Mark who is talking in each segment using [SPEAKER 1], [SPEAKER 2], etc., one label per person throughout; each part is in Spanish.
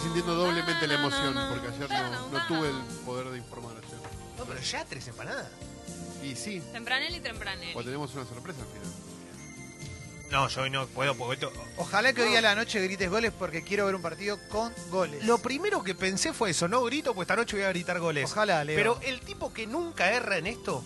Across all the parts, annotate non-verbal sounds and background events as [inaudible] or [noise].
[SPEAKER 1] sintiendo doblemente la emoción porque ayer
[SPEAKER 2] no,
[SPEAKER 1] no, no
[SPEAKER 2] no.
[SPEAKER 1] tuve el poder de informar ayer.
[SPEAKER 3] No, pero ya tres empanadas.
[SPEAKER 1] Y sí,
[SPEAKER 2] Tempranelli, Tempranelli.
[SPEAKER 1] o tenemos una sorpresa al final.
[SPEAKER 3] No, yo hoy no puedo porque hoy to- Ojalá que hoy a la noche grites goles porque quiero ver un partido con goles. Lo primero que pensé fue eso, no grito porque esta noche voy a gritar goles.
[SPEAKER 4] Ojalá, Leo.
[SPEAKER 3] Pero el tipo que nunca erra en esto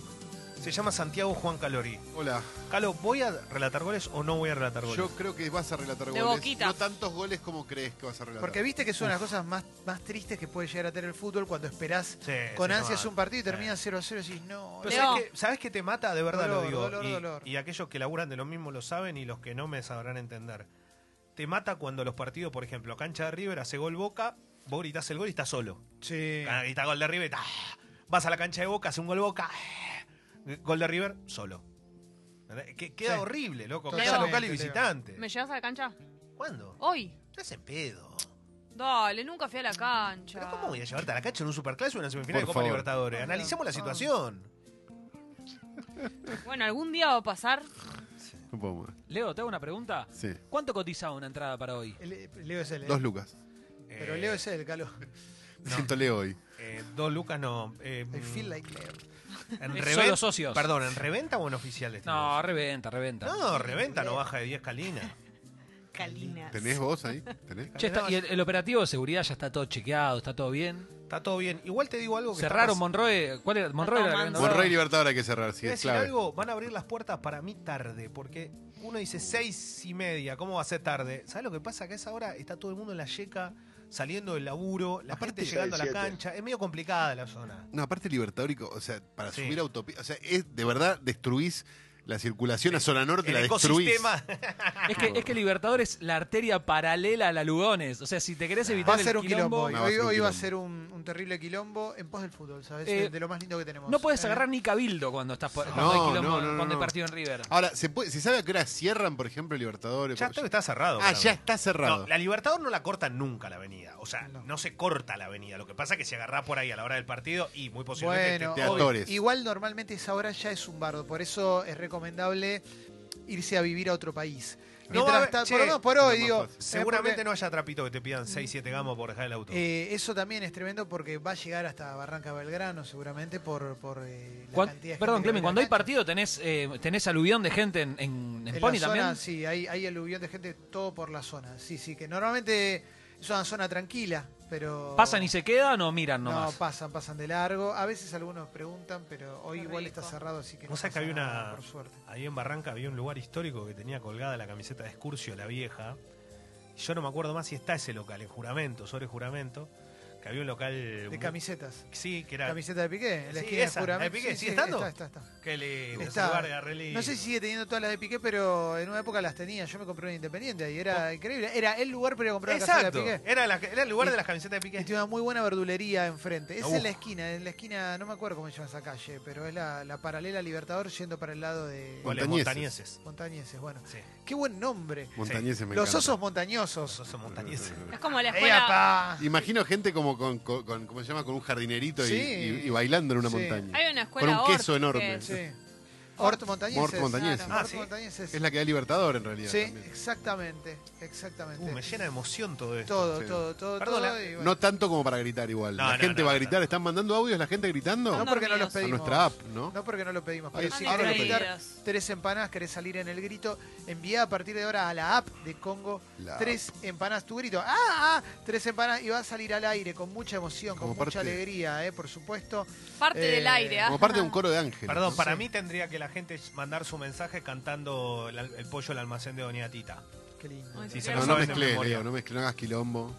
[SPEAKER 3] se llama Santiago Juan Calori.
[SPEAKER 1] Hola,
[SPEAKER 3] Calo, ¿voy a relatar goles o no voy a relatar goles?
[SPEAKER 1] yo creo que vas a relatar
[SPEAKER 2] De
[SPEAKER 1] goles.
[SPEAKER 2] boquita.
[SPEAKER 1] No tantos goles como crees que vas a relatar.
[SPEAKER 4] Porque viste que es una de las cosas más, más tristes que puede llegar a tener el fútbol cuando esperás
[SPEAKER 3] Sí,
[SPEAKER 4] con
[SPEAKER 3] sí,
[SPEAKER 4] ansias
[SPEAKER 3] no,
[SPEAKER 4] un partido y
[SPEAKER 3] sí.
[SPEAKER 4] termina 0 a 0 y decís, no,
[SPEAKER 3] Pero
[SPEAKER 4] no.
[SPEAKER 2] Leo.
[SPEAKER 3] ¿sabes, qué, ¿sabes qué te mata? De verdad
[SPEAKER 4] Dolor,
[SPEAKER 3] lo digo.
[SPEAKER 4] dolor,
[SPEAKER 3] y,
[SPEAKER 4] dolor.
[SPEAKER 3] y aquellos que laburan de lo mismo lo saben y los que no me sabrán entender. Te mata cuando los partidos, por ejemplo, cancha de River hace gol Boca, vos gritás el gol y estás solo.
[SPEAKER 4] Sí.
[SPEAKER 3] Ah, Grita gol de River, ¡ah! vas a la cancha de Boca, hace un gol Boca, ¡ah! gol de River, solo. ¿Verdad? Que- Queda
[SPEAKER 4] Sí.
[SPEAKER 3] horrible, loco.
[SPEAKER 4] Totalmente,
[SPEAKER 3] Cancha local y
[SPEAKER 4] Leo.
[SPEAKER 3] visitante.
[SPEAKER 2] ¿Me llevas a la cancha?
[SPEAKER 3] ¿Cuándo?
[SPEAKER 5] Oh.
[SPEAKER 2] Hoy.
[SPEAKER 3] Estás en pedo.
[SPEAKER 2] Dale, nunca fui a la cancha.
[SPEAKER 3] ¿Pero cómo voy a llevarte a la cancha en un superclásico o en una semifinal de
[SPEAKER 1] Por
[SPEAKER 3] Copa
[SPEAKER 1] favor.
[SPEAKER 3] Libertadores?
[SPEAKER 4] Hola.
[SPEAKER 3] Analicemos la
[SPEAKER 4] Ah.
[SPEAKER 3] situación.
[SPEAKER 2] Bueno, algún día va a pasar.
[SPEAKER 1] No puedo más.
[SPEAKER 5] Leo, te hago una pregunta.
[SPEAKER 1] Sí,
[SPEAKER 5] ¿Cuánto cotizaba una entrada para hoy?
[SPEAKER 4] El- Leo es él. ¿eh?
[SPEAKER 1] dos lucas.
[SPEAKER 4] Pero
[SPEAKER 3] Eh,
[SPEAKER 4] Leo es él, Calo.
[SPEAKER 3] No.
[SPEAKER 1] Siento Leo hoy.
[SPEAKER 3] eh, dos lucas no. eh,
[SPEAKER 4] I feel like Leo. [laughs]
[SPEAKER 3] En
[SPEAKER 5] Es
[SPEAKER 3] reven-
[SPEAKER 5] solo socios.
[SPEAKER 3] Perdón, ¿en reventa o en oficiales?
[SPEAKER 5] No, reventa, reventa.
[SPEAKER 3] No, reventa no baja de 10 calinas.
[SPEAKER 2] Calinas.
[SPEAKER 1] ¿Tenés vos ahí?
[SPEAKER 3] [laughs]
[SPEAKER 1] ¿Tenés?
[SPEAKER 5] Che, está- y el, el operativo de seguridad ya está todo chequeado, está todo bien.
[SPEAKER 3] Está todo bien. Igual te digo algo que. está
[SPEAKER 5] Cerraron
[SPEAKER 3] pas-
[SPEAKER 5] Monroe. ¿Cuál era? Monroe
[SPEAKER 2] todo
[SPEAKER 5] era la
[SPEAKER 2] manso.
[SPEAKER 5] ganadora.
[SPEAKER 1] Monroy y Libertador hay que cerrar,
[SPEAKER 3] Te
[SPEAKER 1] sí,
[SPEAKER 3] voy a
[SPEAKER 1] es
[SPEAKER 3] decir
[SPEAKER 1] clave.
[SPEAKER 3] algo, van a abrir las puertas para mí tarde, porque uno dice seis y media, ¿cómo va a ser tarde? ¿Sabes lo que pasa? Que a esa hora está todo el mundo en la yeca, saliendo del laburo, la
[SPEAKER 1] Aparte
[SPEAKER 3] gente llegando a la
[SPEAKER 6] 17.
[SPEAKER 3] cancha. Es medio complicada la zona.
[SPEAKER 1] No, aparte Libertador, y co- o sea, para
[SPEAKER 3] Sí.
[SPEAKER 1] subir a autopista, o sea, es, de verdad destruís la circulación a zona norte,
[SPEAKER 3] El
[SPEAKER 1] la destruís.
[SPEAKER 3] ecosistema. [laughs]
[SPEAKER 5] Es que, es que Libertador es la arteria paralela a la Lugones. O sea, si te querés evitar
[SPEAKER 4] Va a ser
[SPEAKER 5] el
[SPEAKER 4] un quilombo.
[SPEAKER 5] quilombo,
[SPEAKER 4] hoy.
[SPEAKER 1] No,
[SPEAKER 4] hoy
[SPEAKER 1] un
[SPEAKER 4] hoy va a
[SPEAKER 1] quilombo.
[SPEAKER 4] ser un, un terrible quilombo en pos del fútbol, ¿sabes?
[SPEAKER 5] Eh,
[SPEAKER 4] Es de lo más lindo que tenemos.
[SPEAKER 5] no puedes
[SPEAKER 4] Eh,
[SPEAKER 5] agarrar ni cabildo cuando estás por- cuando
[SPEAKER 1] No,
[SPEAKER 5] hay quilombo
[SPEAKER 1] no, no,
[SPEAKER 5] cuando hay
[SPEAKER 1] no.
[SPEAKER 5] partido en River.
[SPEAKER 4] Ah,
[SPEAKER 1] Ahora, ¿se, puede, ¿se sabe a qué hora cierran, por ejemplo, Libertadores?
[SPEAKER 3] ya
[SPEAKER 1] Porque-
[SPEAKER 3] está, está cerrado.
[SPEAKER 1] Ah,
[SPEAKER 3] para
[SPEAKER 1] ya
[SPEAKER 3] mí.
[SPEAKER 1] está cerrado.
[SPEAKER 3] No, la Libertador no la corta nunca la avenida. O sea, no.
[SPEAKER 4] No.
[SPEAKER 3] se corta la avenida. Lo que pasa es que si agarrás por ahí a la hora del partido y muy posiblemente
[SPEAKER 4] Bueno,
[SPEAKER 1] te
[SPEAKER 4] hoy-
[SPEAKER 1] atores.
[SPEAKER 4] igual normalmente esa hora ya es un bardo, por eso es recomendable irse a vivir a otro país.
[SPEAKER 3] No
[SPEAKER 4] Mientras
[SPEAKER 3] va a haber-
[SPEAKER 4] está-
[SPEAKER 3] che,
[SPEAKER 4] por, no, por
[SPEAKER 1] no
[SPEAKER 4] hoy
[SPEAKER 1] más
[SPEAKER 4] digo,
[SPEAKER 1] fácil.
[SPEAKER 4] eh,
[SPEAKER 3] seguramente
[SPEAKER 4] porque,
[SPEAKER 3] no haya trapito que te pidan 6, 7 gamos por dejar el auto.
[SPEAKER 4] eh, eso también es tremendo porque va a llegar hasta Barranca Belgrano seguramente por, por eh, la
[SPEAKER 5] Cuan-
[SPEAKER 4] cantidad de gente
[SPEAKER 5] Perdón,
[SPEAKER 4] que
[SPEAKER 5] Clemen,
[SPEAKER 4] ve
[SPEAKER 5] cuando hay
[SPEAKER 4] la cancha.
[SPEAKER 5] partido tenés, eh, tenés aluvión de gente en, en, en
[SPEAKER 4] En
[SPEAKER 5] Pony
[SPEAKER 4] la zona,
[SPEAKER 5] también.
[SPEAKER 4] sí, hay, hay aluvión de gente todo por la zona. Sí, sí, que normalmente es una zona tranquila, pero...
[SPEAKER 5] ¿Pasan y se quedan o miran
[SPEAKER 4] No,
[SPEAKER 5] nomás?
[SPEAKER 4] pasan, pasan de largo. A veces algunos preguntan, pero hoy
[SPEAKER 2] Qué
[SPEAKER 4] igual
[SPEAKER 2] rico.
[SPEAKER 4] está cerrado, así que
[SPEAKER 3] Vos sabés que
[SPEAKER 4] pasa
[SPEAKER 3] había una-
[SPEAKER 4] nada, por suerte.
[SPEAKER 3] Ahí en Barranca había un lugar histórico que tenía colgada la camiseta de Escurcio, la vieja. Y Yo no me acuerdo más si está ese local, en juramento, sobre juramento, que había un local...
[SPEAKER 4] De camisetas.
[SPEAKER 3] Sí, que era...
[SPEAKER 4] Camiseta de Piqué, en la
[SPEAKER 3] Sí,
[SPEAKER 4] esquina de
[SPEAKER 3] esa, la de
[SPEAKER 4] juramento.
[SPEAKER 3] Piqué,
[SPEAKER 4] Sí,
[SPEAKER 3] ¿sigue
[SPEAKER 4] sí,
[SPEAKER 3] estando?
[SPEAKER 4] Está, está, está.
[SPEAKER 3] Qué lindo, ese
[SPEAKER 4] Está.
[SPEAKER 3] lugar era re lindo.
[SPEAKER 4] No sé si sigue teniendo todas las de Piqué, pero en una época las tenía. Yo me compré una independiente y era increíble. Era el lugar para ir a comprar la caseta de
[SPEAKER 3] Oh. Exacto, Eh,
[SPEAKER 4] Piqué.
[SPEAKER 3] era, la- era el lugar
[SPEAKER 4] Y- este
[SPEAKER 3] de las camisetas de
[SPEAKER 4] Y
[SPEAKER 3] Piqué.
[SPEAKER 4] tiene una muy buena verdulería enfrente. Es
[SPEAKER 3] Uf.
[SPEAKER 4] en la esquina, en la esquina, no me acuerdo cómo se llama esa calle, pero es la, la paralela Libertador yendo para el lado de
[SPEAKER 1] Bueno.
[SPEAKER 3] Goles
[SPEAKER 1] Montañeses.
[SPEAKER 3] montañeses.
[SPEAKER 4] Montañeses. Bueno,
[SPEAKER 3] Sí,
[SPEAKER 4] qué buen nombre.
[SPEAKER 1] Montañeses me
[SPEAKER 4] Los
[SPEAKER 1] encanta.
[SPEAKER 4] osos montañosos.
[SPEAKER 3] esos son montañeses.
[SPEAKER 2] Es como la
[SPEAKER 4] ¡Ey,
[SPEAKER 2] escuela.
[SPEAKER 4] apá!
[SPEAKER 1] Imagino gente como con, con- con- ¿cómo se llama? Con un jardinerito y-
[SPEAKER 4] Sí.
[SPEAKER 1] y, y bailando en una
[SPEAKER 4] Sí.
[SPEAKER 1] montaña.
[SPEAKER 2] Hay una escuela
[SPEAKER 1] Con un queso
[SPEAKER 2] Ort,
[SPEAKER 1] enorme.
[SPEAKER 2] que es-
[SPEAKER 4] Sí. Hort montañeses.
[SPEAKER 1] Mort Montañeses.
[SPEAKER 2] Claro.
[SPEAKER 4] Hort
[SPEAKER 3] Ah, ¿sí?
[SPEAKER 4] montañeses.
[SPEAKER 1] Es la que da Libertador, en realidad.
[SPEAKER 4] Sí,
[SPEAKER 1] también.
[SPEAKER 4] exactamente, exactamente.
[SPEAKER 3] Uh, me llena de emoción todo esto.
[SPEAKER 4] todo,
[SPEAKER 1] sí.
[SPEAKER 4] todo, todo,
[SPEAKER 3] Perdón,
[SPEAKER 4] todo,
[SPEAKER 3] la-
[SPEAKER 4] y bueno.
[SPEAKER 1] No tanto como para gritar igual.
[SPEAKER 3] No,
[SPEAKER 1] la
[SPEAKER 3] no,
[SPEAKER 1] gente
[SPEAKER 3] no,
[SPEAKER 1] va a
[SPEAKER 3] no,
[SPEAKER 1] gritar.
[SPEAKER 3] no.
[SPEAKER 1] ¿Están mandando audios la gente gritando?
[SPEAKER 4] No, porque no los
[SPEAKER 2] A
[SPEAKER 1] a
[SPEAKER 4] pedimos.
[SPEAKER 1] nuestra app, ¿no?
[SPEAKER 4] No porque no lo pedimos,
[SPEAKER 1] Ahí
[SPEAKER 4] pero
[SPEAKER 1] sí,
[SPEAKER 4] si
[SPEAKER 1] ahora
[SPEAKER 4] querés
[SPEAKER 1] lo pedimos.
[SPEAKER 4] gritar tres empanadas, querés salir en el grito, envía a partir de ahora a la app de Congo
[SPEAKER 1] La
[SPEAKER 4] tres empanadas, tu grito, ¡ah! ah! Tres empanadas y va a salir al aire con mucha emoción,
[SPEAKER 1] Como
[SPEAKER 4] con mucha
[SPEAKER 1] parte-
[SPEAKER 4] alegría, eh, por supuesto.
[SPEAKER 2] Parte
[SPEAKER 4] Eh,
[SPEAKER 2] del aire, ¿ah?
[SPEAKER 1] Como parte de un coro de ángeles.
[SPEAKER 3] Perdón,
[SPEAKER 1] ¿no?
[SPEAKER 3] para
[SPEAKER 4] Sí.
[SPEAKER 3] mí tendría que la gente mandar su mensaje cantando el, al- el pollo al almacén de Doña Tita.
[SPEAKER 4] Qué lindo.
[SPEAKER 2] Ay, sí.
[SPEAKER 3] Si se lo
[SPEAKER 1] No, no
[SPEAKER 3] saben de
[SPEAKER 1] mezclé,
[SPEAKER 3] memoria.
[SPEAKER 1] Leo, no mezclé, no hagas quilombo.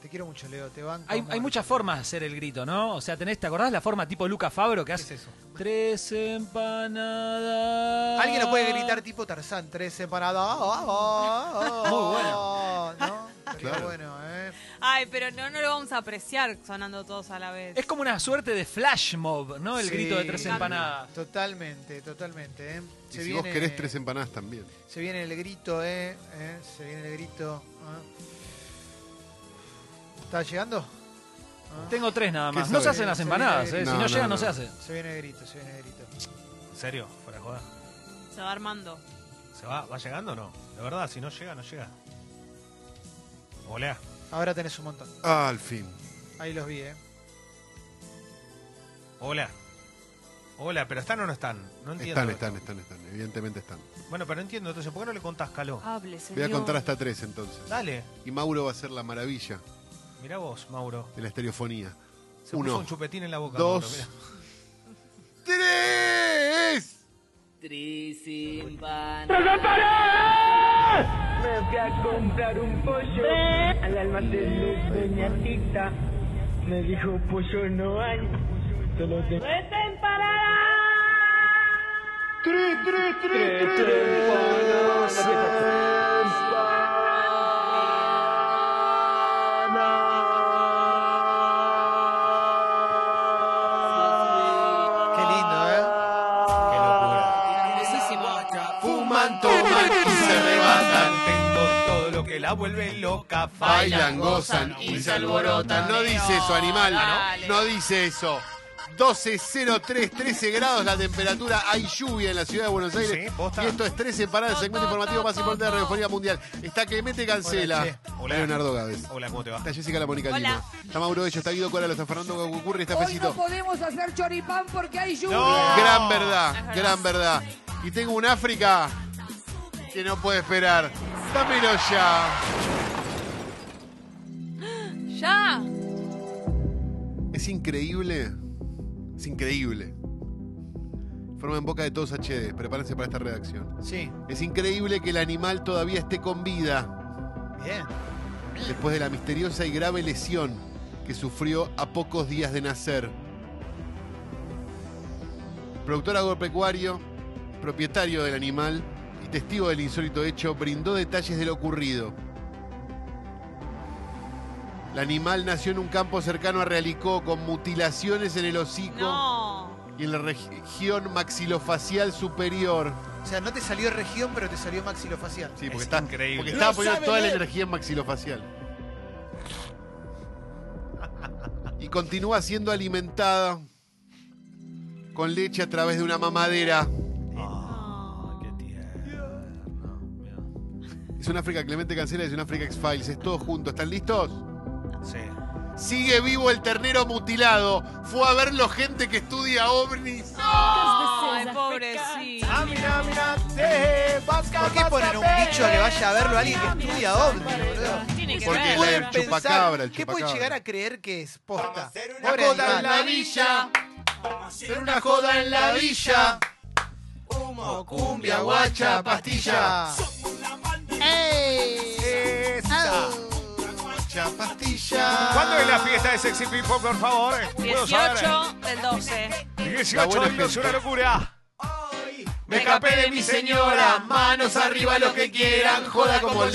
[SPEAKER 4] Te quiero mucho, Leo, te banco.
[SPEAKER 5] Hay,
[SPEAKER 4] amor.
[SPEAKER 5] hay muchas formas de hacer el grito, ¿no? O sea, tenés, ¿te acordás la forma tipo Luca Fabro que
[SPEAKER 3] ¿Qué
[SPEAKER 5] hace?
[SPEAKER 3] es eso?
[SPEAKER 5] Tres empanadas.
[SPEAKER 4] Alguien lo puede gritar tipo Tarzán, tres empanadas. ah, ah, ah, ah,
[SPEAKER 5] Muy
[SPEAKER 4] ¿no? Estaría
[SPEAKER 1] Claro.
[SPEAKER 4] bueno, eh.
[SPEAKER 2] Ay, pero no, no lo vamos a apreciar sonando todos a la vez.
[SPEAKER 5] Es como una suerte de flash mob, ¿no? El
[SPEAKER 4] Sí.
[SPEAKER 5] grito de tres empanadas.
[SPEAKER 4] Totalmente, totalmente, eh.
[SPEAKER 1] Y
[SPEAKER 4] Se
[SPEAKER 1] si vos
[SPEAKER 4] viene-
[SPEAKER 1] querés tres empanadas también.
[SPEAKER 4] Se viene el grito, eh, eh, se viene el grito. ¿eh? ¿Está llegando? ¿Ah?
[SPEAKER 5] Tengo tres nada más.
[SPEAKER 1] ¿Qué
[SPEAKER 5] No
[SPEAKER 1] sabe?
[SPEAKER 5] se hacen las
[SPEAKER 4] Sí,
[SPEAKER 5] empanadas,
[SPEAKER 4] sí,
[SPEAKER 5] ¿eh?
[SPEAKER 1] sí.
[SPEAKER 5] si
[SPEAKER 1] No,
[SPEAKER 5] no,
[SPEAKER 1] no,
[SPEAKER 5] llegan, no,
[SPEAKER 1] no.
[SPEAKER 5] se hace.
[SPEAKER 4] Se viene el grito, se viene el grito.
[SPEAKER 3] ¿En serio? ¿Fuera de joda?
[SPEAKER 2] Se va armando.
[SPEAKER 3] ¿Se va, va llegando o no? De verdad, si no llega, no llega. Hola.
[SPEAKER 4] Ahora tenés un montón.
[SPEAKER 1] Ah, al fin.
[SPEAKER 4] Ahí los vi, ¿eh?
[SPEAKER 3] Hola. Hola, pero ¿están o no están? No entiendo.
[SPEAKER 1] Están,
[SPEAKER 3] esto.
[SPEAKER 1] están, están, están. Evidentemente están.
[SPEAKER 3] Bueno, pero no entiendo entonces, ¿por qué no le contás Caló?
[SPEAKER 2] Hable, señor.
[SPEAKER 1] Voy a contar hasta tres entonces.
[SPEAKER 3] Dale,
[SPEAKER 1] Y Mauro va a ser la maravilla
[SPEAKER 3] mirá vos, Mauro.
[SPEAKER 1] de la estereofonía.
[SPEAKER 3] Se
[SPEAKER 1] Uno,
[SPEAKER 3] puso un chupetín en la boca. Mauro,
[SPEAKER 1] Dos.
[SPEAKER 3] mirá.
[SPEAKER 1] ¡Tres!
[SPEAKER 6] Tres en pan.
[SPEAKER 7] Me fui a comprar un pollo al almacén de doña Tita. Me dijo pollo no hay, solo te... ¡Tres empanadas! ¡Tres, tres, tres! ¡Tres
[SPEAKER 4] Qué lindo, ¿eh?
[SPEAKER 3] Qué locura.
[SPEAKER 1] [laughs] Fuman, toman y se rebatan.
[SPEAKER 3] Tengo todo lo que la vuelve loca.
[SPEAKER 1] Bailan, gozan y se alborotan. No dice eso, animal. No dice eso. 12.03, 13 grados la temperatura. Hay lluvia en la ciudad de Buenos Aires.
[SPEAKER 3] Sí, posta.
[SPEAKER 1] y esto es 13 paradas, el segmento informativo más importante de la radiofonía mundial. Está Clemente Cancela.
[SPEAKER 3] Hola, che. Hola.
[SPEAKER 1] Leonardo Gávez.
[SPEAKER 3] Hola, ¿cómo te va?
[SPEAKER 1] Está Jessica La Mónica
[SPEAKER 2] Hola.
[SPEAKER 1] Lima. Está Mauro Bello, está Guido Coralo, está Fernando Gucurri, está
[SPEAKER 8] Hoy no
[SPEAKER 1] Pesito.
[SPEAKER 8] podemos hacer choripán porque hay lluvia.
[SPEAKER 3] No.
[SPEAKER 1] Gran
[SPEAKER 2] Es
[SPEAKER 1] verdad,
[SPEAKER 2] verdad.
[SPEAKER 1] gran verdad. Y tengo un África que no puede esperar. Dámelo ya.
[SPEAKER 2] ¡Ya!
[SPEAKER 1] Es increíble. Es increíble. Forma en boca de todos HD. Prepárense para esta redacción.
[SPEAKER 4] Sí,
[SPEAKER 1] Es increíble que el animal todavía esté con vida
[SPEAKER 4] bien.
[SPEAKER 1] después de la misteriosa y grave lesión que sufrió a pocos días de nacer. Productor agropecuario, propietario del animal y testigo del insólito hecho, brindó detalles de lo ocurrido. El animal nació en un campo cercano a Realicó con mutilaciones en el hocico
[SPEAKER 2] No.
[SPEAKER 1] y en la región maxilofacial superior.
[SPEAKER 4] O sea, no te salió región, pero te salió maxilofacial.
[SPEAKER 1] Sí, porque,
[SPEAKER 3] Es
[SPEAKER 1] está,
[SPEAKER 3] increíble.
[SPEAKER 1] porque
[SPEAKER 3] Lo
[SPEAKER 1] estaba poniendo
[SPEAKER 4] sabe
[SPEAKER 1] toda la
[SPEAKER 4] leer.
[SPEAKER 1] energía en maxilofacial. Y continúa siendo alimentada con leche a través de una mamadera.
[SPEAKER 3] Ay, qué tierno. Mirá.
[SPEAKER 1] Es un África Clemente Cancela, es un África X-Files, es todo junto. ¿Están listos?
[SPEAKER 3] Sí.
[SPEAKER 1] Sigue vivo el ternero mutilado. Fue a verlo gente que estudia ovnis.
[SPEAKER 2] Ay, pobrecito.
[SPEAKER 4] ¿Por qué poner un bicho que vaya a verlo a alguien que estudia ovni, boludo?
[SPEAKER 2] Tiene que
[SPEAKER 1] Porque
[SPEAKER 2] ver.
[SPEAKER 1] la-
[SPEAKER 4] Pueden
[SPEAKER 1] el
[SPEAKER 4] pensar,
[SPEAKER 1] chupacabra, el
[SPEAKER 4] ¿Qué pueden
[SPEAKER 1] chupacabra.
[SPEAKER 4] llegar a creer que es posta?
[SPEAKER 1] Una
[SPEAKER 4] Pobre
[SPEAKER 1] joda en la
[SPEAKER 4] animal.
[SPEAKER 1] villa. Hacer una joda en la villa. Humo, cumbia, guacha, pastilla.
[SPEAKER 4] ¡Ey!
[SPEAKER 1] Guacha, pastilla.
[SPEAKER 3] ¿Cuándo es la fiesta de Sexy People, por favor? ¿Puedo saber?
[SPEAKER 2] 18 del 12.
[SPEAKER 3] 18
[SPEAKER 1] La buena
[SPEAKER 3] años,
[SPEAKER 1] gente.
[SPEAKER 3] una locura.
[SPEAKER 2] Me escapé de mi señora,
[SPEAKER 1] manos arriba los que quieran, joda como el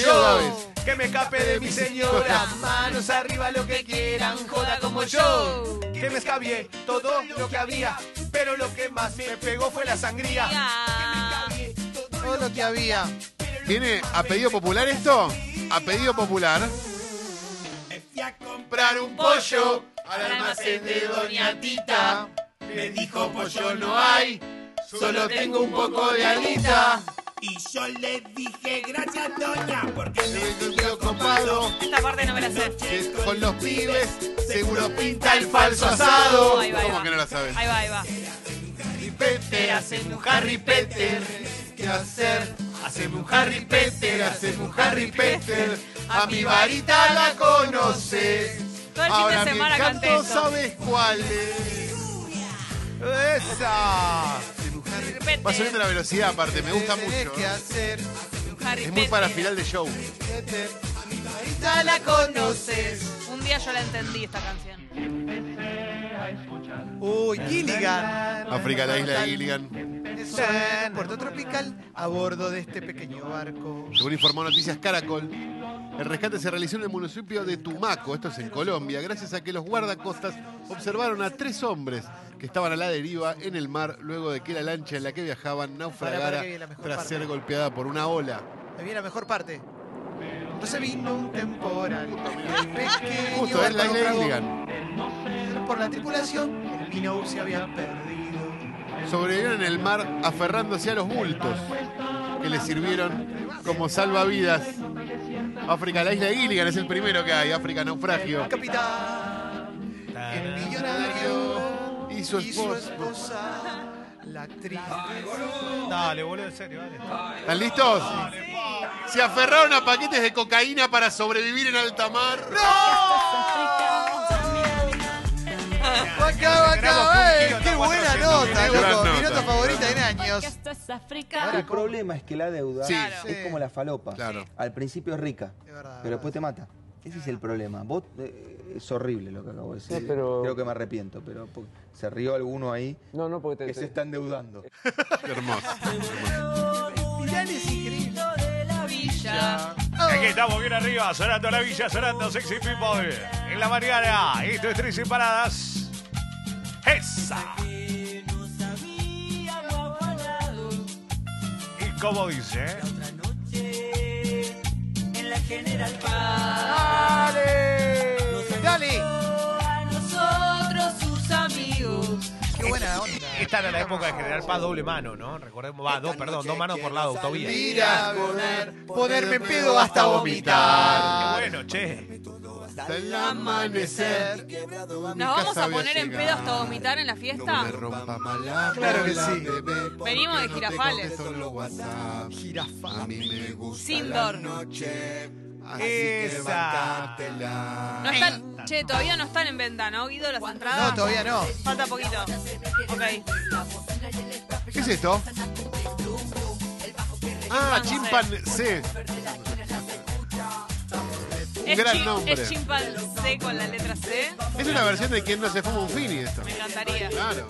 [SPEAKER 3] Que me escape de mi señora. Manos arriba lo que quieran, joda como yo. Que me escabie todo lo que había. Pero lo que más me pegó fue la sangría.
[SPEAKER 2] Ya.
[SPEAKER 4] Todo lo que había.
[SPEAKER 1] ¿Viene a pedido popular esto? A pedido popular. comprar un pollo al
[SPEAKER 2] almacén de Doña
[SPEAKER 1] Tita. Me dijo pollo no hay, solo tengo un poco de alita.
[SPEAKER 9] Y yo le dije gracias, doña, porque
[SPEAKER 1] copado
[SPEAKER 2] Esta parte no me la sé.
[SPEAKER 1] que con los pibes seguro pinta el falso asado.
[SPEAKER 2] No, ahí va, ahí
[SPEAKER 1] ¿Cómo
[SPEAKER 2] va.
[SPEAKER 1] que no la sabes?
[SPEAKER 2] Ahí va, ahí va.
[SPEAKER 1] Harry Potter, haceme un Harry Potter. ¿Qué hacer? Haceme un Harry Potter, haceme un Harry Potter. A mi varita la conoces.
[SPEAKER 2] Todo el fin de semana
[SPEAKER 1] encanto
[SPEAKER 2] canté eso.
[SPEAKER 1] sabes cuál es.
[SPEAKER 3] ¡Esa!
[SPEAKER 2] Repete.
[SPEAKER 1] Va subiendo la velocidad aparte, me gusta mucho. ¿eh?
[SPEAKER 4] ¿Qué hacer?
[SPEAKER 2] Harry
[SPEAKER 1] Es muy para
[SPEAKER 2] Potter.
[SPEAKER 1] final de show.
[SPEAKER 4] Ya la conoces.
[SPEAKER 2] Un día yo la entendí esta canción.
[SPEAKER 4] Uy, Gilligan.
[SPEAKER 1] África, la isla de Gilligan.
[SPEAKER 4] Es un puerto tropical a bordo de este pequeño barco.
[SPEAKER 1] Según informó Noticias Caracol, el rescate se realizó en el municipio de Tumaco, esto es en Colombia, gracias a que los guardacostas observaron a tres hombres que estaban a la deriva en el mar luego de que la lancha en la que viajaban
[SPEAKER 4] Pará,
[SPEAKER 1] naufragara
[SPEAKER 4] pará, que vi la mejor
[SPEAKER 1] tras
[SPEAKER 4] parte.
[SPEAKER 1] ser golpeada por una ola.
[SPEAKER 4] Ahí viene la mejor parte. No se vino un temporal. El pequeño
[SPEAKER 1] Justo, es la
[SPEAKER 4] barco
[SPEAKER 1] isla de
[SPEAKER 4] naufragó.
[SPEAKER 1] Gilligan.
[SPEAKER 4] Por la tripulación, el Minnow se había perdido.
[SPEAKER 1] Sobrevivieron en el mar aferrándose a los bultos que les sirvieron como salvavidas África, la isla de Gilligan es el primero que hay. África, naufragio.
[SPEAKER 4] Capitán, el millonario
[SPEAKER 1] Y su esposa.
[SPEAKER 4] esposa, la actriz.
[SPEAKER 3] Dale, boludo, en serio, dale.
[SPEAKER 1] ¿Están listos? Se aferraron a paquetes de cocaína para sobrevivir en alta mar.
[SPEAKER 4] Vaca, vaca, eh, qué buena nota,
[SPEAKER 1] euros. Gran
[SPEAKER 4] loco. Mi
[SPEAKER 1] nota.
[SPEAKER 4] nota favorita en años.
[SPEAKER 10] esto es África.
[SPEAKER 4] Ahora,
[SPEAKER 11] El problema es que la deuda
[SPEAKER 1] Sí,
[SPEAKER 2] Claro.
[SPEAKER 11] es como la falopa.
[SPEAKER 1] Claro.
[SPEAKER 11] Al principio es rica,
[SPEAKER 4] Es verdad,
[SPEAKER 11] pero después
[SPEAKER 4] verdad.
[SPEAKER 11] te mata. Ese es el problema. Vos, eh, es horrible lo que acabo de decir. Creo que me arrepiento, pero po- se rió alguno ahí
[SPEAKER 9] No, no, porque
[SPEAKER 11] que se está endeudando.
[SPEAKER 1] Qué hermoso.
[SPEAKER 4] Mirá, es increíble.
[SPEAKER 3] Aquí estamos bien arriba, sonando la villa, sonando Sexy People. En la mañana, esto es Tres Separadas. ¡Esa! Y como dice... ¿eh? ¡Dale!
[SPEAKER 4] Dale.
[SPEAKER 2] Nosotros sus amigos.
[SPEAKER 4] Qué buena onda.
[SPEAKER 3] Esta era la época de General Paz doble mano, ¿no? Recordemos, va, dos, perdón, dos manos por lado, autovía.
[SPEAKER 4] Mira, poner, ponerme pedo hasta vomitar.
[SPEAKER 3] Qué bueno, che.
[SPEAKER 1] Hasta el amanecer.
[SPEAKER 2] ¿Nos vamos a poner en pedo hasta vomitar en la
[SPEAKER 1] No
[SPEAKER 2] fiesta?
[SPEAKER 1] me rompa mala
[SPEAKER 4] Claro que
[SPEAKER 1] bola,
[SPEAKER 4] sí.
[SPEAKER 1] bebé, porque
[SPEAKER 2] Venimos de
[SPEAKER 1] no te
[SPEAKER 2] Girafales.
[SPEAKER 1] contesto en los WhatsApp.
[SPEAKER 4] Jirafa.
[SPEAKER 1] A mí me gusta
[SPEAKER 2] Sin
[SPEAKER 1] la
[SPEAKER 2] dor.
[SPEAKER 1] noche. Así que
[SPEAKER 3] Esa.
[SPEAKER 1] bancátela.
[SPEAKER 2] No están, che, todavía no están en venta, ¿no, Guido? Las entradas.
[SPEAKER 4] No, todavía no.
[SPEAKER 2] Falta poquito. Ok.
[SPEAKER 1] ¿Qué es esto? Ah, chimpancé.
[SPEAKER 2] Es,
[SPEAKER 1] gran
[SPEAKER 2] chi-
[SPEAKER 1] nombre.
[SPEAKER 2] es chimpancé con la letra C.
[SPEAKER 1] Es una versión de quien no se fuma un fini esto.
[SPEAKER 2] Me encantaría.
[SPEAKER 1] Claro.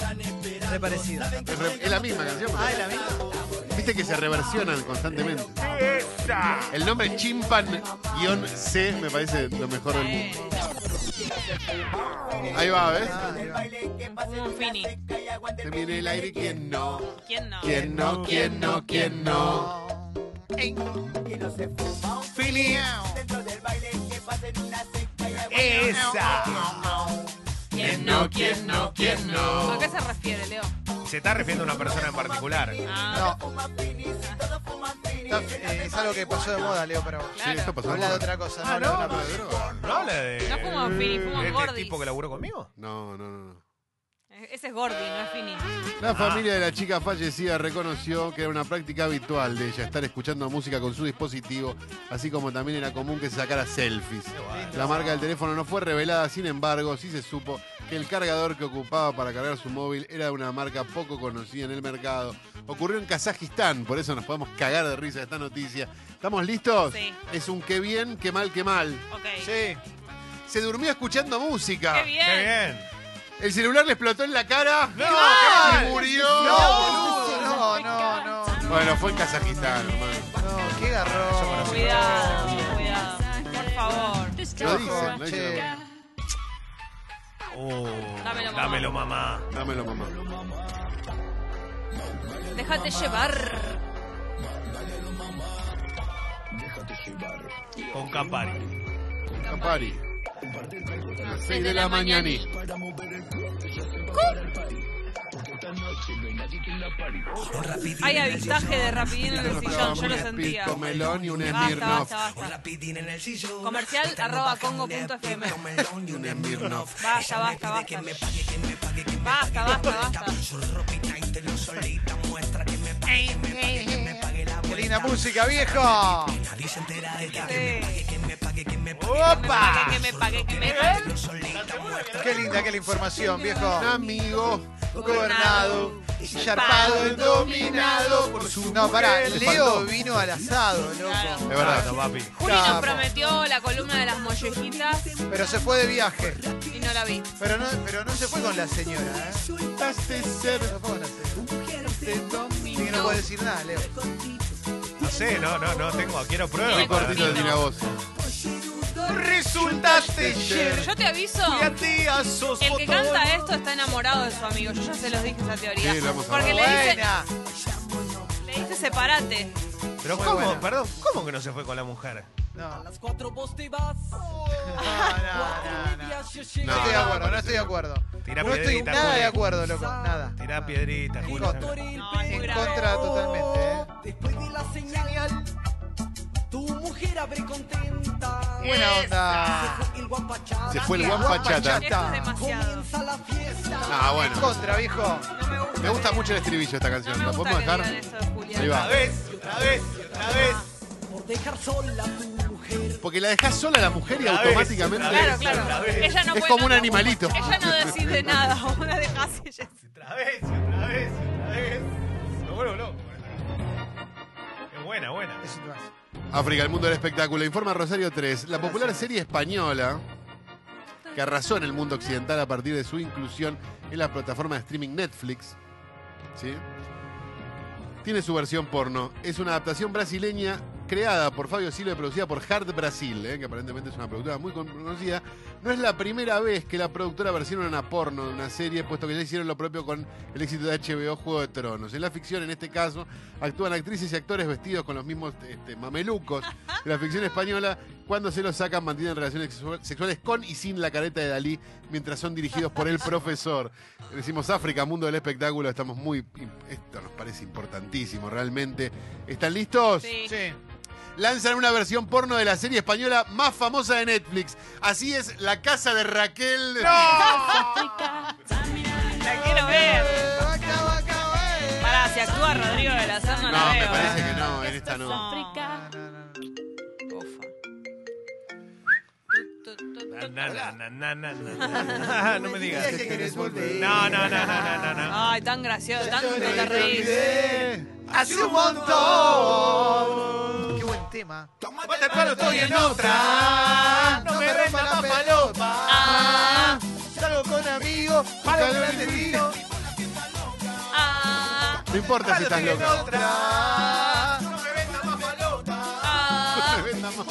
[SPEAKER 4] Re parecida.
[SPEAKER 1] Es, re- es la misma canción.
[SPEAKER 4] Ah, es la misma.
[SPEAKER 1] Viste que se reversionan constantemente. El nombre chimpan-c me parece lo mejor del
[SPEAKER 2] Eh,
[SPEAKER 1] mundo. Ahí va, ¿ves?
[SPEAKER 2] un fini.
[SPEAKER 1] Se viene el aire quien no.
[SPEAKER 2] ¿Quién no?
[SPEAKER 1] Quien no, quien no, quien no.
[SPEAKER 3] Fili. Esa.
[SPEAKER 2] ¿Quién
[SPEAKER 1] no, quién no, quién no.
[SPEAKER 2] ¿A qué se refiere, Leo?
[SPEAKER 3] Se está refiriendo a una persona en particular.
[SPEAKER 2] Ah,
[SPEAKER 4] No. No, eh, es algo que pasó de moda, Leo, pero
[SPEAKER 1] Sí, esto pasó.
[SPEAKER 4] habla de otra cosa. no habla de otra cosa.
[SPEAKER 3] No habla de.
[SPEAKER 2] No fuma Fini, fuma
[SPEAKER 3] de este
[SPEAKER 2] Gordis.
[SPEAKER 3] tipo que laburó conmigo.
[SPEAKER 1] No, no, no. no.
[SPEAKER 2] Ese es Gordy, no es fini.
[SPEAKER 1] La familia de la chica fallecida reconoció que era una práctica habitual de ella estar escuchando música con su dispositivo, así como también era común que se sacara selfies. La marca del teléfono no fue revelada, sin embargo, sí se supo que el cargador que ocupaba para cargar su móvil era de una marca poco conocida en el mercado. Ocurrió en Kazajistán, por eso nos podemos cagar de risa de esta noticia. ¿Estamos listos?
[SPEAKER 2] Sí.
[SPEAKER 1] Es un qué bien, qué mal, qué mal.
[SPEAKER 2] Ok.
[SPEAKER 3] Sí.
[SPEAKER 1] Se durmió escuchando música.
[SPEAKER 2] ¡Qué
[SPEAKER 3] Qué
[SPEAKER 2] bien!
[SPEAKER 3] bien.
[SPEAKER 1] El celular le explotó en la cara.
[SPEAKER 3] ¡No! ¡Qué
[SPEAKER 1] Y
[SPEAKER 3] mal!
[SPEAKER 1] murió.
[SPEAKER 4] No, no, no, no, no.
[SPEAKER 1] Bueno, fue en Kazajistán, hermano.
[SPEAKER 4] no, Qué garrón.
[SPEAKER 2] Cuidado, cuidado. Por favor.
[SPEAKER 1] Lo dicen, lo
[SPEAKER 4] Che.
[SPEAKER 1] dicen.
[SPEAKER 3] Oh,
[SPEAKER 2] Dámelo, mamá.
[SPEAKER 3] dámelo, mamá.
[SPEAKER 1] Dámelo, mamá.
[SPEAKER 2] Déjate llevar.
[SPEAKER 3] Con Campari.
[SPEAKER 1] Campari. Las 6 de la mañana.
[SPEAKER 2] Hay avistaje de rapidín en el sillón, yo lo sentía.
[SPEAKER 1] Un melón y un
[SPEAKER 2] Basta,
[SPEAKER 1] Smirnoff.
[SPEAKER 2] basta, basta. Comercial arroba congo.fm.
[SPEAKER 1] Y un Smirnoff.
[SPEAKER 2] Basta, basta, basta. Basta, basta, basta.
[SPEAKER 4] Qué linda música, viejo.
[SPEAKER 2] Sí.
[SPEAKER 3] ¡Opa!
[SPEAKER 2] Que me pague, que me pague.
[SPEAKER 4] Qué linda que la información, viejo.
[SPEAKER 1] Un amigo.
[SPEAKER 4] Gobernado, sharpado, dominado por su. No, pará,
[SPEAKER 1] mujer.
[SPEAKER 4] Leo vino al asado,
[SPEAKER 1] Es
[SPEAKER 4] loco.
[SPEAKER 1] verdad.
[SPEAKER 3] Claro, papi.
[SPEAKER 2] Juli nos
[SPEAKER 4] Capo.
[SPEAKER 2] prometió la columna de las mollejitas
[SPEAKER 4] Pero se fue de viaje.
[SPEAKER 2] y no la vi.
[SPEAKER 4] Pero no, pero no se fue con la señora, ¿eh?
[SPEAKER 1] Resultaste ser.
[SPEAKER 4] No se fue con la señora. Así que no puedo decir nada, Leo.
[SPEAKER 3] No sé, no, no, no tengo. Quiero pruebas.
[SPEAKER 1] Qué cortito tiene la voz.
[SPEAKER 3] Resultaste
[SPEAKER 2] Pero
[SPEAKER 3] ayer.
[SPEAKER 2] yo te aviso, el que canta esto está enamorado de su amigo. Yo ya se los dije esa teoría.
[SPEAKER 1] Sí, lo hemos
[SPEAKER 2] Porque le
[SPEAKER 1] hablado.
[SPEAKER 2] dice,
[SPEAKER 4] Buena.
[SPEAKER 2] le dice separate.
[SPEAKER 3] Pero
[SPEAKER 4] Muy
[SPEAKER 3] ¿cómo?
[SPEAKER 4] buena.
[SPEAKER 3] Perdón, ¿cómo que no se fue con la mujer?
[SPEAKER 4] No, no, no,
[SPEAKER 6] las cuatro vos te vas.
[SPEAKER 4] no.
[SPEAKER 1] No,
[SPEAKER 4] no. No estoy de acuerdo, no estoy de acuerdo.
[SPEAKER 3] Tirá
[SPEAKER 4] no estoy
[SPEAKER 3] piedrita,
[SPEAKER 4] nada
[SPEAKER 3] Juli.
[SPEAKER 4] de acuerdo, loco. Nada.
[SPEAKER 3] Tirá piedrita, Julio.
[SPEAKER 4] Contra.
[SPEAKER 2] No, es muy
[SPEAKER 4] En
[SPEAKER 2] grave.
[SPEAKER 4] contra totalmente, ¿eh?
[SPEAKER 6] Después de la señal,
[SPEAKER 10] Tu mujer abre contenta.
[SPEAKER 4] Buena onda.
[SPEAKER 10] Se fue el guapachata.
[SPEAKER 1] Se fue el guapachata.
[SPEAKER 2] Esto es demasiado.
[SPEAKER 10] Comienza la fiesta.
[SPEAKER 1] Ah, bueno.
[SPEAKER 4] Contra, viejo.
[SPEAKER 1] Me gusta mucho el estribillo de esta canción.
[SPEAKER 2] No
[SPEAKER 1] ¿La
[SPEAKER 2] me gusta
[SPEAKER 1] podemos
[SPEAKER 2] que
[SPEAKER 1] dejar?
[SPEAKER 2] digan eso de Julián.
[SPEAKER 1] Ahí
[SPEAKER 3] Otra
[SPEAKER 1] va.
[SPEAKER 3] vez, y otra vez, y otra vez.
[SPEAKER 10] Por dejar sola a tu mujer.
[SPEAKER 1] Porque la dejás sola a la mujer y
[SPEAKER 3] Otra vez,
[SPEAKER 1] automáticamente.
[SPEAKER 3] otra
[SPEAKER 2] Claro,
[SPEAKER 3] vez, otra
[SPEAKER 2] claro.
[SPEAKER 3] vez.
[SPEAKER 2] Ella no
[SPEAKER 1] Es
[SPEAKER 2] puede-
[SPEAKER 1] como un
[SPEAKER 2] no-
[SPEAKER 1] animalito.
[SPEAKER 2] Ella no
[SPEAKER 1] [laughs]
[SPEAKER 2] decide nada. Vos la dejás y ella...
[SPEAKER 3] Otra vez, y otra vez, y otra vez. Me vuelvo loco. Qué buena, buena.
[SPEAKER 4] Es un temazo.
[SPEAKER 1] África, el mundo del espectáculo. Informa Rosario 3. La popular serie española que arrasó en el mundo occidental a partir de su inclusión en la plataforma de streaming Netflix. ¿sí? Tiene su versión porno. Es una adaptación brasileña creada por Fabio Silva y producida por Hard Brasil, ¿eh? que aparentemente es una productora muy conocida. No es la primera vez que la productora versiona una porno de una serie, puesto que ya hicieron lo propio con el éxito de HBO Juego de Tronos. En la ficción, en este caso, actúan actrices y actores vestidos con los mismos este, mamelucos de la ficción española. Cuando se los sacan, mantienen relaciones sexu- sexuales con y sin la careta de Dalí, mientras son dirigidos por el profesor. Decimos África, mundo del espectáculo, estamos muy... Esto nos parece importantísimo, realmente. ¿Están listos?
[SPEAKER 2] Sí.
[SPEAKER 4] Sí.
[SPEAKER 1] lanzan una versión porno de la serie española más famosa de Netflix. Así es La Casa de Raquel.
[SPEAKER 2] La quiero ver.
[SPEAKER 4] Vaca, vaca, vaca.
[SPEAKER 2] Pará, si actúa Rodrigo de la Serna,
[SPEAKER 1] eh.
[SPEAKER 2] la
[SPEAKER 1] [laughs] No, me
[SPEAKER 2] veo.
[SPEAKER 1] parece
[SPEAKER 2] ¿eh?
[SPEAKER 1] que no, en esta no.
[SPEAKER 2] África.
[SPEAKER 3] Na, na, na, na, na,
[SPEAKER 1] [laughs]
[SPEAKER 3] na. No me digas
[SPEAKER 4] que querés volver.
[SPEAKER 3] No, no, no, no, no, no, no.
[SPEAKER 2] Ay, tan gracioso, tan te reís.
[SPEAKER 3] Hace un montón.
[SPEAKER 4] Qué buen tema.
[SPEAKER 3] Mata el palo, estoy en otra. No me renda más palopa.
[SPEAKER 2] Ah,
[SPEAKER 4] Salgo con amigos, para un gran destino.
[SPEAKER 2] ah,
[SPEAKER 1] No importa si estás
[SPEAKER 3] Estoy en
[SPEAKER 1] loca.
[SPEAKER 3] otra. No me renda más palopa.
[SPEAKER 2] ah.
[SPEAKER 1] Venda más.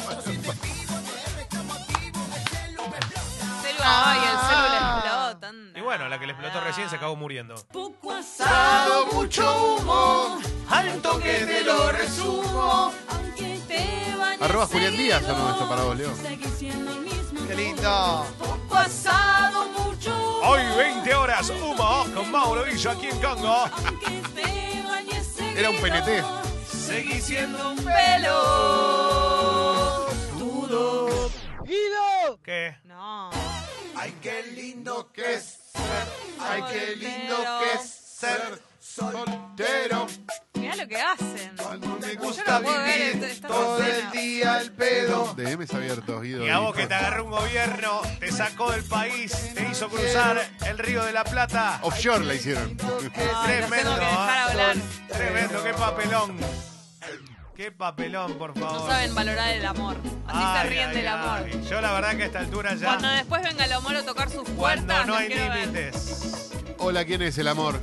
[SPEAKER 2] Celu, ay, el celu le explota. anda.
[SPEAKER 3] Y bueno, la que le explotó recién se acabó muriendo.
[SPEAKER 10] Poco asado, mucho humo.
[SPEAKER 3] Al
[SPEAKER 10] Que te lo resumo. Aunque te bañes
[SPEAKER 1] Arroba Julián Díaz o no esto para vos, Leo.
[SPEAKER 10] Seguir siendo el mismo.
[SPEAKER 4] Qué lindo.
[SPEAKER 10] Poco asado, mucho humo.
[SPEAKER 3] Hoy 20 horas, humo con Mauro Villa aquí en Congo.
[SPEAKER 10] Aunque te bañes seguido.
[SPEAKER 1] Era un PNT.
[SPEAKER 3] Seguí siendo un
[SPEAKER 10] Pelo. Dudo.
[SPEAKER 3] ¿Qué?
[SPEAKER 2] No.
[SPEAKER 9] Ay, qué lindo
[SPEAKER 1] que es
[SPEAKER 9] ser.
[SPEAKER 2] ay, qué lindo que es
[SPEAKER 1] ser soltero.
[SPEAKER 2] Mirá lo que hacen.
[SPEAKER 1] Cuando me
[SPEAKER 2] Yo no puedo ver este. esto- esta escena.
[SPEAKER 4] día al pedo.
[SPEAKER 1] DMs abiertos, Guido.
[SPEAKER 3] Y a vos que te agarró un gobierno, te sacó del país, te hizo cruzar el río de la Plata.
[SPEAKER 1] Offshore la hicieron.
[SPEAKER 2] Ay, los
[SPEAKER 3] Tremendo,
[SPEAKER 2] tengo que dejar
[SPEAKER 3] ¿eh?
[SPEAKER 2] hablar.
[SPEAKER 3] Tremendo, qué papelón. Qué papelón, por favor.
[SPEAKER 2] No saben valorar el amor. Así se
[SPEAKER 3] Ay,
[SPEAKER 2] ríen
[SPEAKER 3] ay,
[SPEAKER 2] del amor.
[SPEAKER 3] ay. Yo la verdad que a esta altura ya,
[SPEAKER 2] Cuando después venga el amor a tocar sus
[SPEAKER 3] cuando
[SPEAKER 2] puertas,
[SPEAKER 3] no
[SPEAKER 2] los
[SPEAKER 3] hay
[SPEAKER 2] quiero ver.
[SPEAKER 3] límites.
[SPEAKER 1] Hola, ¿quién es el amor?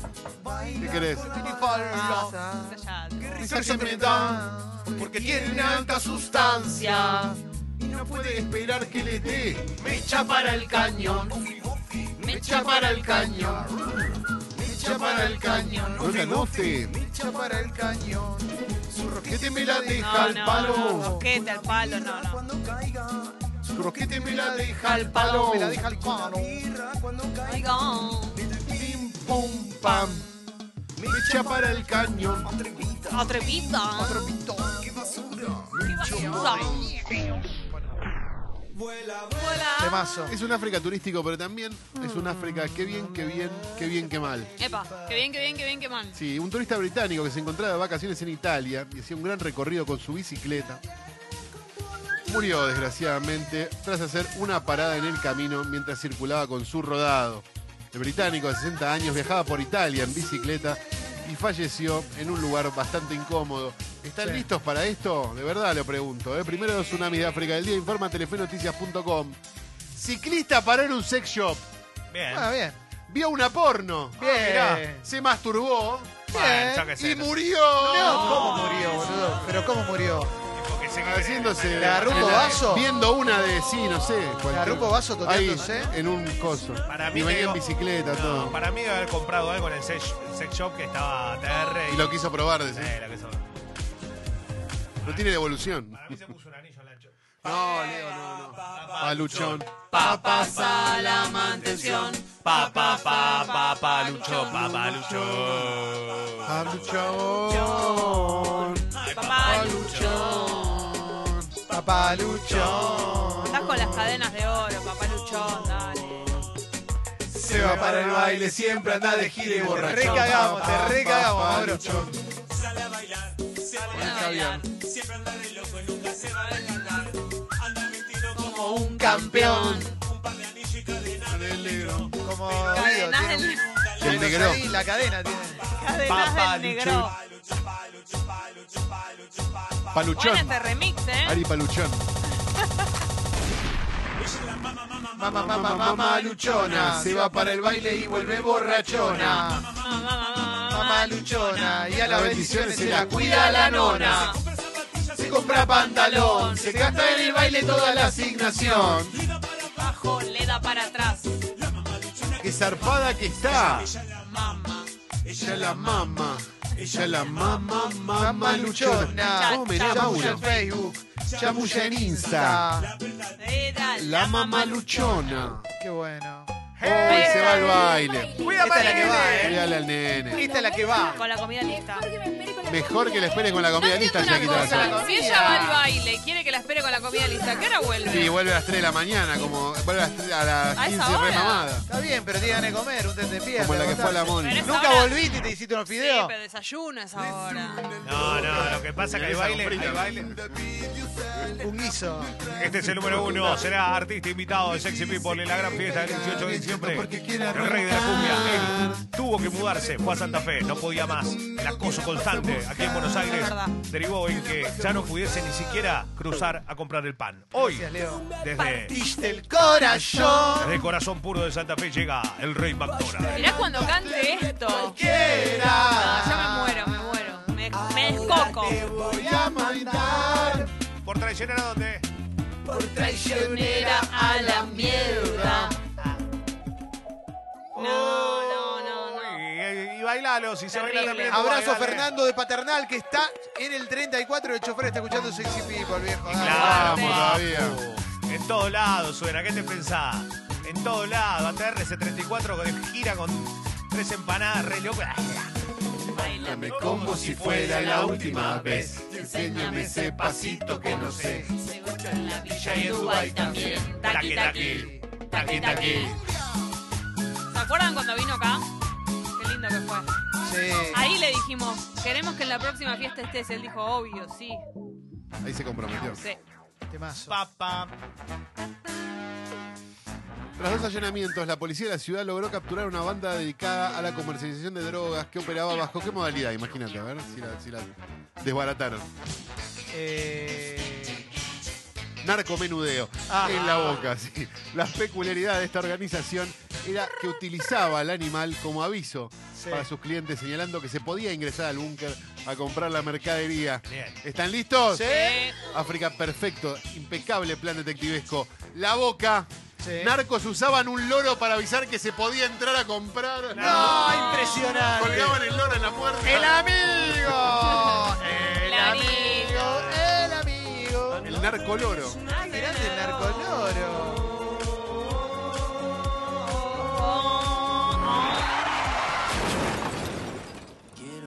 [SPEAKER 1] ¿Qué querés?
[SPEAKER 2] Ah, ya, ya.
[SPEAKER 3] Porque
[SPEAKER 1] tiene alta
[SPEAKER 2] Ya.
[SPEAKER 1] sustancia y no puede esperar que le dé.
[SPEAKER 3] Me echa para el cañón.
[SPEAKER 2] Me echa para el cañón.
[SPEAKER 1] Echa para el cañón. No te anote.
[SPEAKER 4] para el cañón.
[SPEAKER 1] Su rosquete me la deja
[SPEAKER 2] No,
[SPEAKER 1] al
[SPEAKER 2] no, no,
[SPEAKER 1] palo.
[SPEAKER 2] bosquete al palo, no, no.
[SPEAKER 1] Su rosquete me la deja al palo.
[SPEAKER 4] Palo, me la deja al palo.
[SPEAKER 2] Oiga,
[SPEAKER 1] Pim pum pam. Me echa para el cañón.
[SPEAKER 2] atrevida. Qué basura. Vuela.
[SPEAKER 4] Temazo.
[SPEAKER 1] Es un África turístico, pero también es un África que bien, que bien, que bien, que mal.
[SPEAKER 2] Epa, qué bien, qué bien, qué bien, qué mal.
[SPEAKER 1] Sí, un turista británico que se encontraba de vacaciones en Italia y hacía un gran recorrido con su bicicleta. Murió desgraciadamente tras hacer una parada en el camino mientras circulaba con su rodado. El británico de 60 años viajaba por Italia en bicicleta y falleció en un lugar bastante incómodo. ¿Están
[SPEAKER 4] Sí.
[SPEAKER 1] listos para esto? De verdad lo pregunto. ¿eh? Primero los tsunamis de África del Día, informa telefenoticias.com. Ciclista paró en un sex shop,
[SPEAKER 3] Bien.
[SPEAKER 4] Ah, bien.
[SPEAKER 1] vio una porno,
[SPEAKER 4] Bien.
[SPEAKER 3] mirá.
[SPEAKER 1] se masturbó
[SPEAKER 3] Bueno, Ah, yo qué sé,
[SPEAKER 1] y
[SPEAKER 3] no sé.
[SPEAKER 1] murió.
[SPEAKER 4] No, ¿Cómo murió, boludo? Pero ¿cómo murió?
[SPEAKER 3] Porque sé que-
[SPEAKER 1] Haciéndose.
[SPEAKER 4] ¿Le agarró un bobazo?
[SPEAKER 1] Viendo una de sí, no sé. cualquier-
[SPEAKER 4] agarró un bobazo toteándose?
[SPEAKER 1] Ahí, en un coso.
[SPEAKER 3] Para mí
[SPEAKER 1] y venía en
[SPEAKER 3] digo-
[SPEAKER 1] bicicleta,
[SPEAKER 3] No,
[SPEAKER 1] todo.
[SPEAKER 3] Para mí debe haber comprado algo en el sex, sex shop que estaba TR.
[SPEAKER 1] Y lo quiso probar, decís.
[SPEAKER 3] Eh, la que son-
[SPEAKER 1] No tiene devolución.
[SPEAKER 3] Para mí se puso un anillo al ancho.
[SPEAKER 1] No, Leo, no, no. Paluchón.
[SPEAKER 3] Papá la mantención. Papá, papá, papá, luchó, papá, luchó.
[SPEAKER 1] Paluchón.
[SPEAKER 2] Papá luchó.
[SPEAKER 3] papaluchón.
[SPEAKER 2] Estás con las cadenas de oro, papaluchón, dale.
[SPEAKER 3] Se va para el baile, siempre anda de gira y borrachón.
[SPEAKER 4] Te recagamos, te recagamos, Mauro.
[SPEAKER 12] Sale a bailar, se va a bailar. Siempre anda de loco, nunca se va a desgalar. Anda vestido como un
[SPEAKER 3] campeón.
[SPEAKER 12] Un par de anillos y cadenas del negro.
[SPEAKER 4] Como
[SPEAKER 2] Cadenas
[SPEAKER 4] digo,
[SPEAKER 2] del-
[SPEAKER 4] tiene-
[SPEAKER 1] del negro.
[SPEAKER 4] Rosarín, La cadena tiene.
[SPEAKER 2] Cadenas del negro.
[SPEAKER 1] Paluchón.
[SPEAKER 2] Bueno, este remix, ¿eh?
[SPEAKER 1] Ari Paluchón.
[SPEAKER 3] Mamá, mamá, mamá luchona. Se va para el baile y vuelve borrachona.
[SPEAKER 2] Mamá, mamá, mamá,
[SPEAKER 3] Mamá luchona. Y a las
[SPEAKER 1] Las
[SPEAKER 3] bendiciones
[SPEAKER 1] bendiciones
[SPEAKER 3] se la cuida la nona. Se compra pantalón. Se gasta en el baile toda la asignación.
[SPEAKER 2] Bajo, le da para atrás.
[SPEAKER 1] Qué zarpada que está. Ella la mama. Ella la mama, mama luchona. ¿Cómo me da
[SPEAKER 3] Chamulla
[SPEAKER 1] Mauro?
[SPEAKER 3] en Facebook. Ah, Chamulla en Insta.
[SPEAKER 4] Está.
[SPEAKER 2] Le da
[SPEAKER 1] La mama luchona.
[SPEAKER 4] Qué bueno.
[SPEAKER 1] Hoy se va al baile.
[SPEAKER 3] Cuida
[SPEAKER 4] Esta es la que va, ¿eh?
[SPEAKER 3] Marilene.
[SPEAKER 1] Cuídale al nene.
[SPEAKER 4] Esta es la que va.
[SPEAKER 2] Con la comida lista.
[SPEAKER 1] Mejor que la esperes con la comida lista,
[SPEAKER 10] entiendo
[SPEAKER 1] Jackie
[SPEAKER 10] una
[SPEAKER 1] te va a
[SPEAKER 10] cosa.
[SPEAKER 1] hacer.
[SPEAKER 2] Si ella va al baile y quiere que la espere con la comida lista, ¿qué hora vuelve?
[SPEAKER 1] Y vuelve a las 3 de la mañana, como vuelve a las, 3 a
[SPEAKER 2] A
[SPEAKER 1] las
[SPEAKER 2] esa
[SPEAKER 1] 15
[SPEAKER 2] hora.
[SPEAKER 1] remamada.
[SPEAKER 4] Está bien, pero díganle de comer, un tente de pierna.
[SPEAKER 1] Como la que fue a la Moni.
[SPEAKER 2] Pero-
[SPEAKER 4] Nunca
[SPEAKER 2] Ahora-
[SPEAKER 4] volviste y te hiciste unos
[SPEAKER 2] Sí,
[SPEAKER 4] fideos.
[SPEAKER 2] pero desayuna esa hora.
[SPEAKER 3] No, no, lo que pasa es que hay
[SPEAKER 1] Esa
[SPEAKER 3] baile,
[SPEAKER 1] comprita.
[SPEAKER 3] hay baile.
[SPEAKER 4] Un guiso.
[SPEAKER 3] Este es el número uno, será artista invitado de Sexy People en la gran fiesta del 18 de diciembre. El rey de la cumbia, él tuvo que mudarse, fue a Santa Fe, no podía más. El acoso constante aquí en Buenos Aires
[SPEAKER 2] verdad.
[SPEAKER 3] derivó en que ya no pudiese ni siquiera cruzar a comprar el pan. Hoy,
[SPEAKER 4] Gracias, Leo.
[SPEAKER 3] desde,
[SPEAKER 4] Partiste el corazón.
[SPEAKER 3] desde el corazón puro de Santa Fe llega el rey McDonald.
[SPEAKER 2] Mirá cuando cante esto. No, ya me muero, me muero. Me, me descoco.
[SPEAKER 3] voy a mandar. ¿Por traicionar a dónde?
[SPEAKER 2] Por traicionera a la mierda. No, no, no, no.
[SPEAKER 3] Y, y bailalo, si se baila
[SPEAKER 2] Terrible.
[SPEAKER 3] también. vos
[SPEAKER 4] Abrazo a
[SPEAKER 3] bailale.
[SPEAKER 4] Fernando de Paternal que está en el 34 de chofer, está escuchando Sexy People, viejo. Dale.
[SPEAKER 3] Claro,
[SPEAKER 2] Fuerte.
[SPEAKER 3] papu. En todos lados suena, ¿qué te pensás? En todos lados, ATRC34 con gira con tres empanadas, re loco.
[SPEAKER 2] Baila.
[SPEAKER 3] como si fuera la última vez.
[SPEAKER 2] Enséñame ese
[SPEAKER 3] pasito que no sé.
[SPEAKER 2] Se gusta en la villa y en Dubái también. Taqui, taqui. Taqui, taqui. ¿Se acuerdan cuando vino acá? Qué lindo que fue.
[SPEAKER 4] Sí.
[SPEAKER 2] Ahí le dijimos, queremos que en la próxima fiesta estés. Él dijo, obvio, sí.
[SPEAKER 1] Ahí se comprometió.
[SPEAKER 2] Sí.
[SPEAKER 4] Temazo.
[SPEAKER 3] Papá.
[SPEAKER 1] Tras dos allanamientos, la policía de la ciudad logró capturar una banda dedicada a la comercialización de drogas que operaba bajo qué modalidad, imagínate, a ver si la, si la desbarataron.
[SPEAKER 4] Eh,
[SPEAKER 1] Narcomenudeo
[SPEAKER 4] Ah.
[SPEAKER 1] en la boca, sí. La peculiaridad de esta organización era que utilizaba al animal como aviso
[SPEAKER 4] Sí.
[SPEAKER 1] para sus clientes, señalando que se podía ingresar al búnker a comprar la mercadería.
[SPEAKER 3] Bien.
[SPEAKER 1] ¿Están listos?
[SPEAKER 4] Sí.
[SPEAKER 2] Eh,
[SPEAKER 1] África, perfecto, impecable plan detectivesco. La boca.
[SPEAKER 4] Sí.
[SPEAKER 1] Narcos usaban un loro para avisar que se podía entrar a comprar.
[SPEAKER 4] No, impresionante.
[SPEAKER 1] Colgaban el loro en la puerta.
[SPEAKER 4] El amigo. El
[SPEAKER 2] Clarín.
[SPEAKER 4] amigo. El amigo.
[SPEAKER 1] El narcoloro.
[SPEAKER 4] Ah, grande el narcoloro.